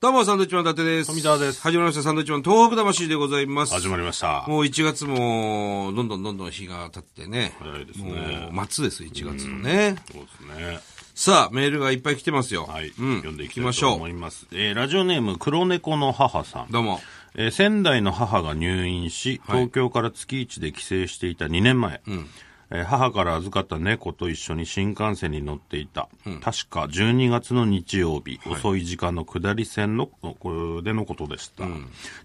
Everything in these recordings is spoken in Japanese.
どうも、サンドウィッチマン伊達です。富澤です始まりました、サンドウィッチマン東北魂でございます。始まりました。もう1月も、どんどんどんどん日が経ってね。早いですもね。う、末です、1月のね。そうですね。さあ、メールがいっぱい来てますよ。はうい。ん。読んでい行きたいましと思ょいます。えーラジオネーム、黒猫の母さんう。。どうも。えー仙台の母が入院し、い東京から月一で帰省していた2年前、えー母から預かった猫と一緒に新幹線に乗っていた、確か12月の日曜日、遅い時間の下り線のここれでのことでした、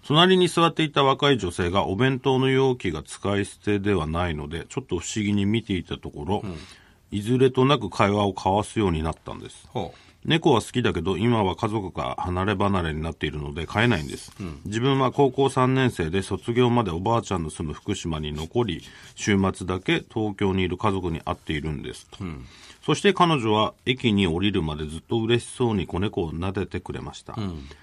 隣に座っていた若い女性がお弁当の容器が使い捨てではないのでちょっと不思議に見ていたところ、いずれとなく会話を交わすようになったんですほ猫は好きだけど今は家族が離れ離れになっているので飼えないんです、自分は高校3年生で卒業までおばあちゃんの住む福島に残り週末だけ東京にいる家族に会っているんですと、そして彼女は駅に降りるまでずっと嬉しそうに子猫を撫でてくれました、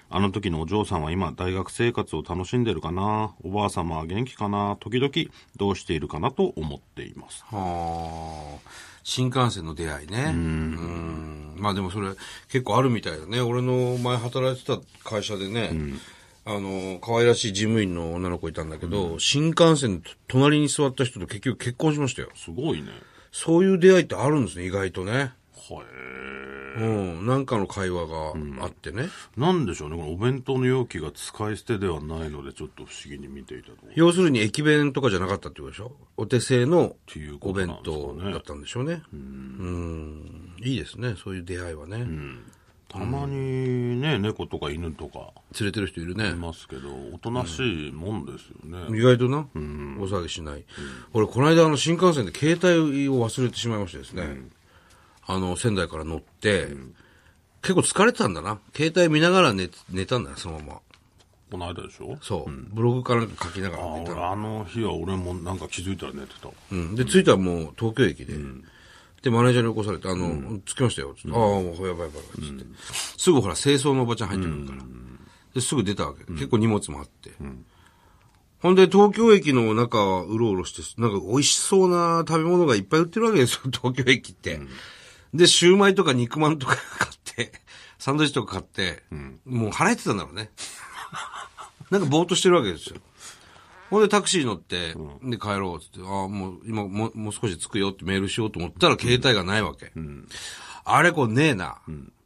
あの時のお嬢さんは今大学生活を楽しんでるかなおばあ様は元気かな時々どうしているかなと思っていますう。はあ。新幹線の出会いね。うん。まあでもそれ、結構あるみたいだね。俺の前働いてた会社でね、あの、可愛らしい事務員の女の子いたんだけど、新幹線の隣に座った人と結局結婚しましたよ。すごいねそういう出会いってあるんですね、意外とね。はえうん。なんかの会話があってね。なんでしょうね、このお弁当の容器が使い捨てではないので、ちょっと不思議に見ていたところ。要するに駅弁とかじゃなかったってことでしょお手製のていうこおとなん弁ですかね当だったんでしょうね。うん。いいですね、そういう出会いはね。たまにね、猫とか犬とか連れてる人いるねい。ますけど、おとなしいもんですよね。意外とな、お騒ぎしない。俺、この間、あの、新幹線で携帯を忘れてしまいましてですね、あの、仙台から乗って、結構疲れてたんだな。携帯見ながら寝寝たんだよ、そのまま。この間でしょそう。ブログからなんか書きながあら寝た俺、あの日は俺もなんか気づいたら寝てた。うん、で、着いたらもう東京駅で。で、マネージャーに起こされて、あの、着きましたよ。つってああ、もうやばいやばいやばい。つって、すぐほら、清掃のおばちゃん入ってくるから。ですぐ出たわけ。結構荷物もあって。ほんで、東京駅の中をうろうろして、なんか美味しそうな食べ物がいっぱい売ってるわけですよ、 東京駅って。で、シューマイとか肉まんとか買って、サンドイッチとか買って、もう払えてたんだろうね。なんかぼーっとしてるわけですよ。ほんでタクシー乗って、で帰ろうっつって、ああ、もう今もう、もう少し着くよってメールしようと思ったら携帯がないわけ。あれこれねえな。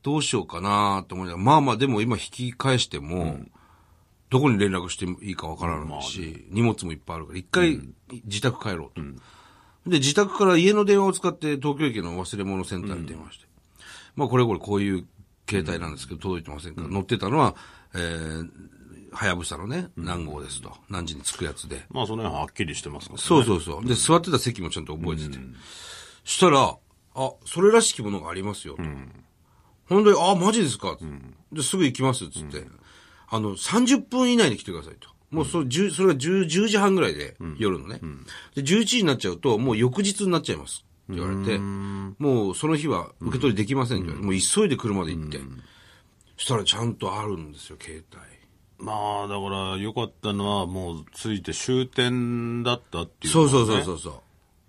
どうしようかなと思いながら、まあまあでも今引き返しても、どこに連絡してもいいかわからないし、荷物もいっぱいあるから、一回自宅帰ろうと。で、自宅から家の電話を使って東京駅の忘れ物センターに電話して、まあこれこれこういう携帯なんですけど、届いてませんから、乗ってたのは、えー、はやぶさのね、何号ですと、何時に着くやつで。まあ、その辺ははっきりしてますから、ね。そうそうそう。で、座ってた席もちゃんと覚えてて。したら、あ、それらしきものがありますよ。とほんで、あ、マジですか、で、すぐ行きますっつって、あの、30分以内に来てくださいと。もうそ、う10それが 10, 10時半ぐらいで、夜のね、で、11時になっちゃうと、もう翌日になっちゃいます。って言われて、もうその日は受け取りできませんって言われて、もう急いで車で行って。したらちゃんとあるんですよ、携帯。まあ、だから、良かったのは、もう、ついて終点だったっていう、そうそうそうそうそ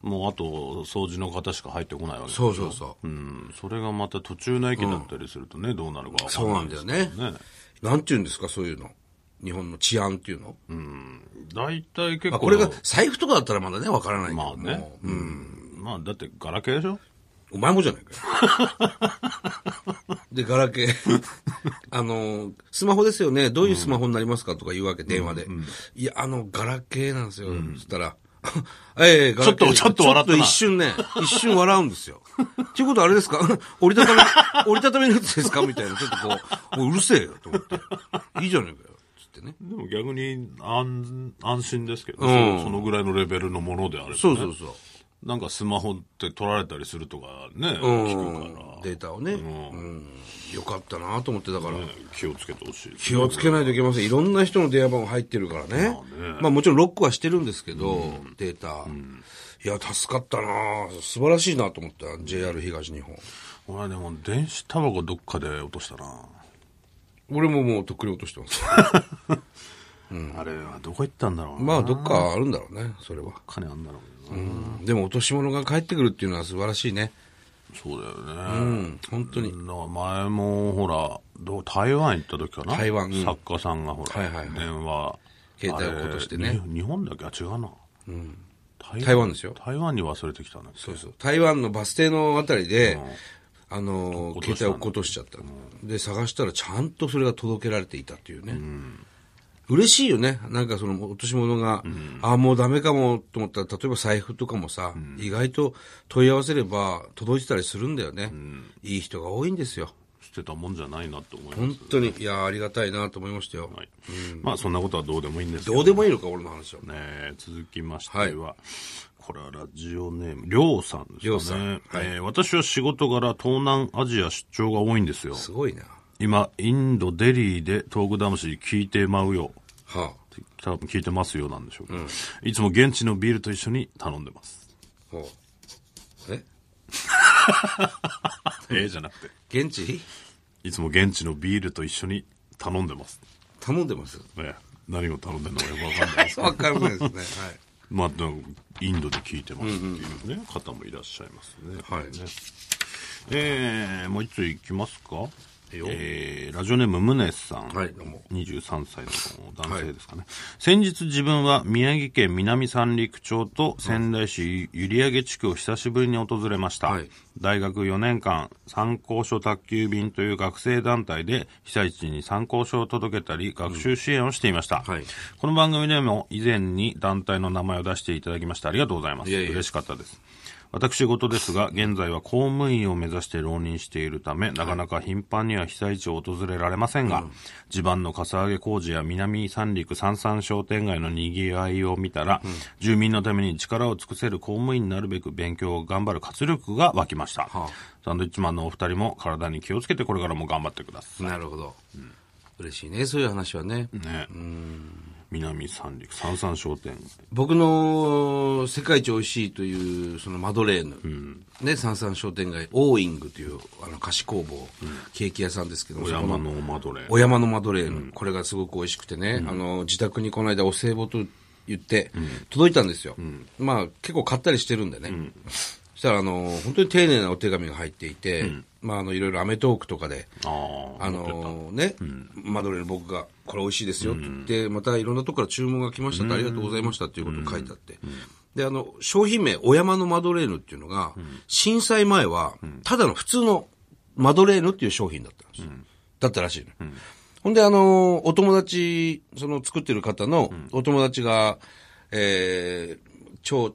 う。う。もう、あと、掃除の方しか入ってこないわけそうそうそう。う。うん。それがまた途中の駅だったりするとね、どうなるかわかそらうなないんだですよけね。どね。なんて言うんですか、そういうの。日本の治安っていうの。大体結まあ、構。これが財布とかだったらまだね、わからないけどまも、あね。うん。まあ、だって、ガラケーでしょお前もじゃないか よ。で、ガラケー。 あの、スマホですよね。どういうスマホになりますかとか言うわけ、電話で。いや、あの、ガラケーなんですよ。そしたら、 ええガラケーでちょっとちょっと笑ったちょなっと一瞬ね、一瞬笑うんですよ。っていうことはあれですか 折りたたみ、折りたたみのやつですかみたいな。ちょっとこう、もううるせえよ、と思って。いいじゃねえかよ。つってね。でも逆に安安心ですけど、うんそそのぐらいのレベルのものであれば、ね、そうそうそう。なんかスマホって取られたりするとかね、うん聞くから、データをね、うんよかったなと思ってだから、ね気をつけてほしいです気をつけないといけませんいろんな人の電話番号入ってるからね,、まあ、もちろんロックはしてるんですけど、データ、いや助かったな素晴らしいなと思った JR 東日本俺でも電子タバコどっかで落としたな、俺ももうとっくに落として ます。あれはどこ行ったんだろうな、まあ、どっかあるんだろうね、それは。金あんだろうけどな、でも、落とし物が返ってくるっていうのは素晴らしいね。そうだよね、うん、本当に。なんか前もほらどう台湾行った時かな台湾うん作家さんがほら、はいはいはい電話携帯を落としてねあれに日本だけは違うな、台台湾ですよ台湾に忘れてきたねそうそう。台湾のバス停のあたりで、あ落のっこ、携とした帯落っことしちゃったの、で、探したらちゃんとそれが届けられていたっていうね。嬉しいよね。なんかその落とし物が、ああ、もうダメかもと思ったら、例えば財布とかもさ、意外と問い合わせれば届いてたりするんだよね。いい人が多いんですよ。捨てたもんじゃないなと思います本当に。いやー、ありがたいなと思いましたよ。はいまあそんなことはどうでもいいんですけどうでもいいのか、俺の話は。ねえ続きましては、これはラジオネームりょうさんですかりょねうさんはいえー私は仕事柄東南アジア出張が多いんですよすごいな。今インドデリーでトーク魂聞いてまうよは多分聞いてますよなんでしょうけど、いつも現地のビールと一緒に頼んでますあ。はあ、えええじゃなくて現地いつも現地のビールと一緒に頼んでます、頼んで ますね、何を頼んでるのかよくわかんない ですわからないですね。はい。まあでもインドで聞いてますっていうね、方もいらっしゃいますねはいねえー、もう一ついきますかいいよえーラジオネームムネさん、はいどうも23歳の男性ですかね、先日自分は宮城県南三陸町と仙台市閖上地区を久しぶりに訪れました、はい大学4年間参考書宅急便という学生団体で被災地に参考書を届けたり学習支援をしていました、はいこの番組でも以前に団体の名前を出していただきましてありがとうございますいやいや嬉しかったです私事ですが、現在は公務員を目指して浪人しているため、なかなか頻繁には被災地を訪れられませんが、地盤のかさ上げ工事や南三陸三三商店街の賑わいを見たら、住民のために力を尽くせる公務員になるべく勉強を頑張る活力が湧きました。はあサンドイッチマンのお二人も体に気をつけてこれからも頑張ってくださなるほど。嬉しいね、そういう話はね。い。ね。南三陸三三商店僕の世界一美味しいという、そのマドレーヌ、ね、三々商店街、オーイングというあの菓子工房、ケーキ屋さんですけども、小そこ山のマドレーお山のマドレーヌ、これがすごく美味しくてね、あの、自宅にこの間お歳暮と言って、届いたんですよ。まあ、結構買ったりしてるんでね。そしたら、あの、本当に丁寧なお手紙が入っていて、まあ、あの、いろいろアメトーークとかで、ああ。あのね、マドレーヌ僕が、これ美味しいですよって言って、またいろんなとこから注文が来ましたって、ありがとうございましたっていうことを書いてあって。で、あの、商品名、お山のマドレーヌっていうのが、震災前は、ただの普通のマドレーヌっていう商品だったんですよ。だったらしいの。ほんで、あの、お友達、その作ってる方のお友達が、えー、超、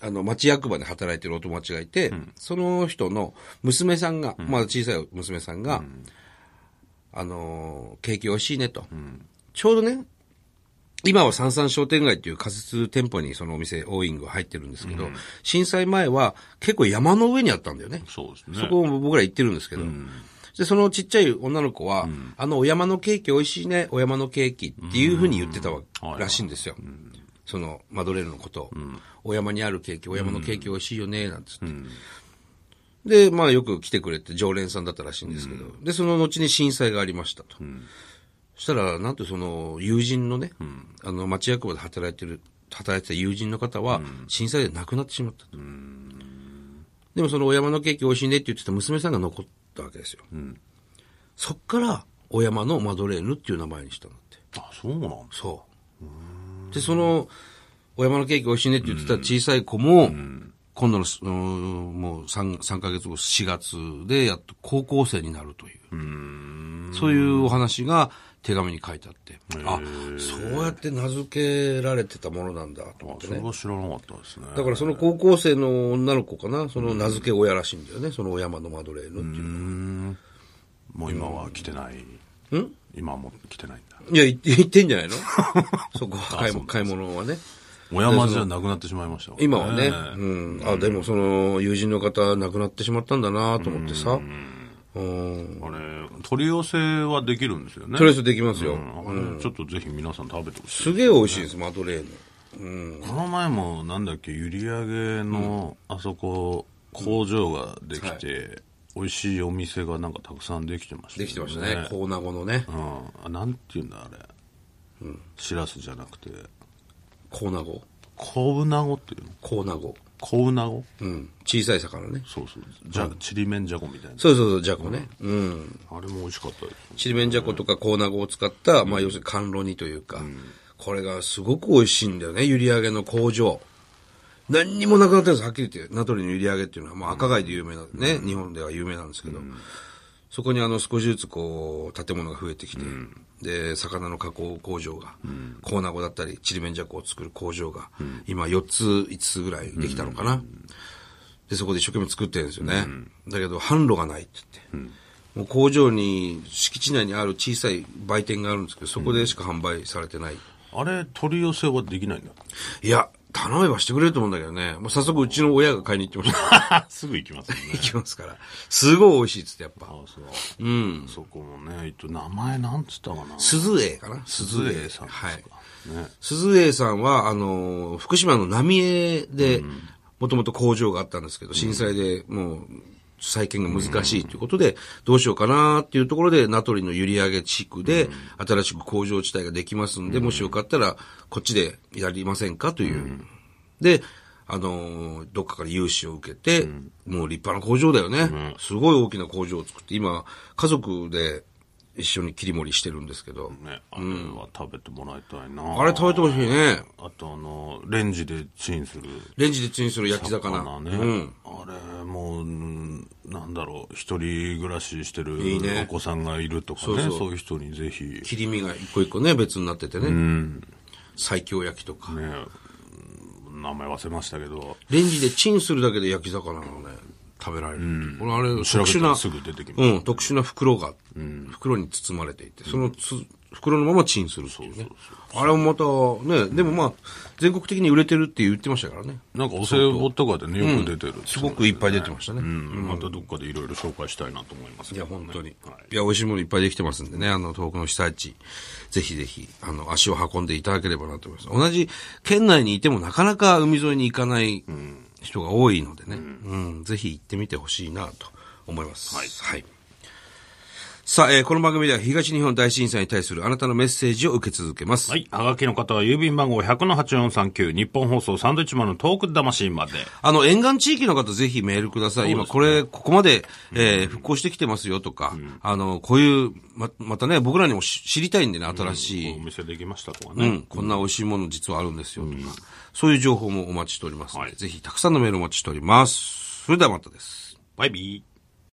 あの、町役場で働いてるお友達がいて、その人の娘さんが、まだ小さい娘さんが、あのーケーキ美味しいねと。ちょうどね、今は三三商店街っていう仮設店舗にそのお店、オーイングは入ってるんですけど、震災前は結構山の上にあったんだよね。そうですね。そこを僕ら行ってるんですけど、で、そのちっちゃい女の子は、あの、お山のケーキ美味しいね、お山のケーキっていうふうに言ってたわ、うんはいらしいんですよ。その、マドレーヌのことを、お山にあるケーキ、お山のケーキ美味しいよね、なんつって。で、まあよく来てくれて、常連さんだったらしいんですけど、で、その後に震災がありましたと。そしたら、なんとその、友人のね、あの、町役場で働いてる、働いてた友人の方は、震災で亡くなってしまったと。でもそのお山のケーキ美味しいねって言ってた娘さんが残ったわけですよ。そっから、お山のマドレーヌっていう名前にしたんだって。あ、そうなんだ。そう。で、その、お山のケーキ美味しいねって言ってた小さい子も、今度のす、うんもう 3, 3ヶ月後、4月でやっと高校生になるという。そういうお話が手紙に書いてあって、あ、そうやって名付けられてたものなんだと思あっ、てそれね。は知らなかったですね。だからその高校生の女の子かな、その名付け親らしいんだよね、そのお山のマドレーヌっていうのは。もう今は来てない。うん今はもう来てないんだ。いや、言って言ってんじゃ ないのそこは買い物買い物はね。お山じゃなくなってしまいましたもん今はね、うん。あ、でもその、友人の方亡くなってしまったんだなと思ってさ。うん。あれ、取り寄せはできるんですよね。とりあえずできますうよ。んあれちょっとぜひ皆さん食べてほしい。すげえ美味しいです、マドレーヌ。この前も、なんだっけ、閖上の、あそこ、工場ができて、美味しいお店がなんかたくさんできてましたよできてましたね。コーナゴのねう。ん。あなんて言うんだ、あれ。しらすじゃなくて、コーナゴ。コウナゴっていうのコーナゴ。小うなごうん。小さい魚ね。そうそう。じゃ、ちりめんじゃこみたいな。そうそうそう、じゃこね。うん。あれも美味しかったです。ちりめんじゃことかコーナゴを使った、まあ要するに甘露煮というか、これがすごく美味しいんだよね、閖上の工場。何にもなくなってるんです、はっきり言って。名取の閖上っていうのは、まあ赤貝で有名な、ね、日本では有名なんですけど、そこにあの少しずつこう、建物が増えてきて、で、魚の加工工場が、コーナゴだったり、ちりめんじゃこを作る工場が、今4つ、5つぐらいできたのかな。で、そこで一生懸命作ってるんですよね。だけど、販路がないって言って。もう工場に、敷地内にある小さい売店があるんですけど、そこでしか販売されてない。あれ、取り寄せはできないんだ。いや、頼めばしてくれると思うんだけどね。もう早速、うちの親が買いに行って ました。すぐ行きますよね。行きますから。すごい美味しいっつって、やっぱ。あそう。うん。そこもね、えっと、名前なんつったかな。鈴栄かな鈴鈴江さんですはい。か。ね。鈴栄さんは、あのー、福島の浪江で、もともと工場があったんですけど、震災でもう、再建が難しいということで、どうしようかなっていうところで、名取の閖上地区で、新しく工場地帯ができますんで、もしよかったら、こっちでやりませんかという。で、あのー、どっかから融資を受けて、もう立派な工場だよね。すごい大きな工場を作って、今、家族で一緒に切り盛りしてるんですけど、ね、あれは食べてもらいたいな。あれ食べてほしいね。あとあの、レンジでチンする。レンジでチンする焼き魚。ね。うん。あれ、もう、うんなんだろう、一人暮らししてるいいねお子さんがいるとかね、そうそうそういう人にぜひ、切り身が一個一個ね、別になっててね。最強焼きとか。ね、うん名前忘れましたけど、レンジでチンするだけで焼き魚がね、食べられる。これあれ、調べ特た殊らな、すぐ出てきます。うん、特殊な袋が、袋に包まれていて、そのつ袋のままチンするっていうね。あれもまた、ね、でもまあ、全国的に売れてるって言ってましたからね。なんかお歳暮とかでね、よく出てる、すごくいっぱい出てましたね。うん、またどっかでいろいろ紹介したいなと思いますいけや、どね、本当に。いはいや、美味しいものいっぱいできてますんでね、あの、東北の被災地、ぜひぜひ、あの、足を運んでいただければなと思います。同じ県内にいてもなかなか海沿いに行かない人が多いのでね、うん、ぜひ行ってみてほしいなと思います。はい。さあ、えーこの番組では東日本大震災に対するあなたのメッセージを受け続けます。はい。はがきの方は郵便番号100-8439、日本放送サンドイッチマンのトーク魂まで。あの、沿岸地域の方ぜひメールください。今これ、ここまで、えー復興してきてますよとか、あの、こういう、ま、またね、僕らにもし知りたいんでね、新しいお店できましたとかうね。ん、こんな美味しいもの実はあるんですよとか、そういう情報もお待ちしておりますので、はいぜひたくさんのメールお待ちしております。それではまたです。バイビー。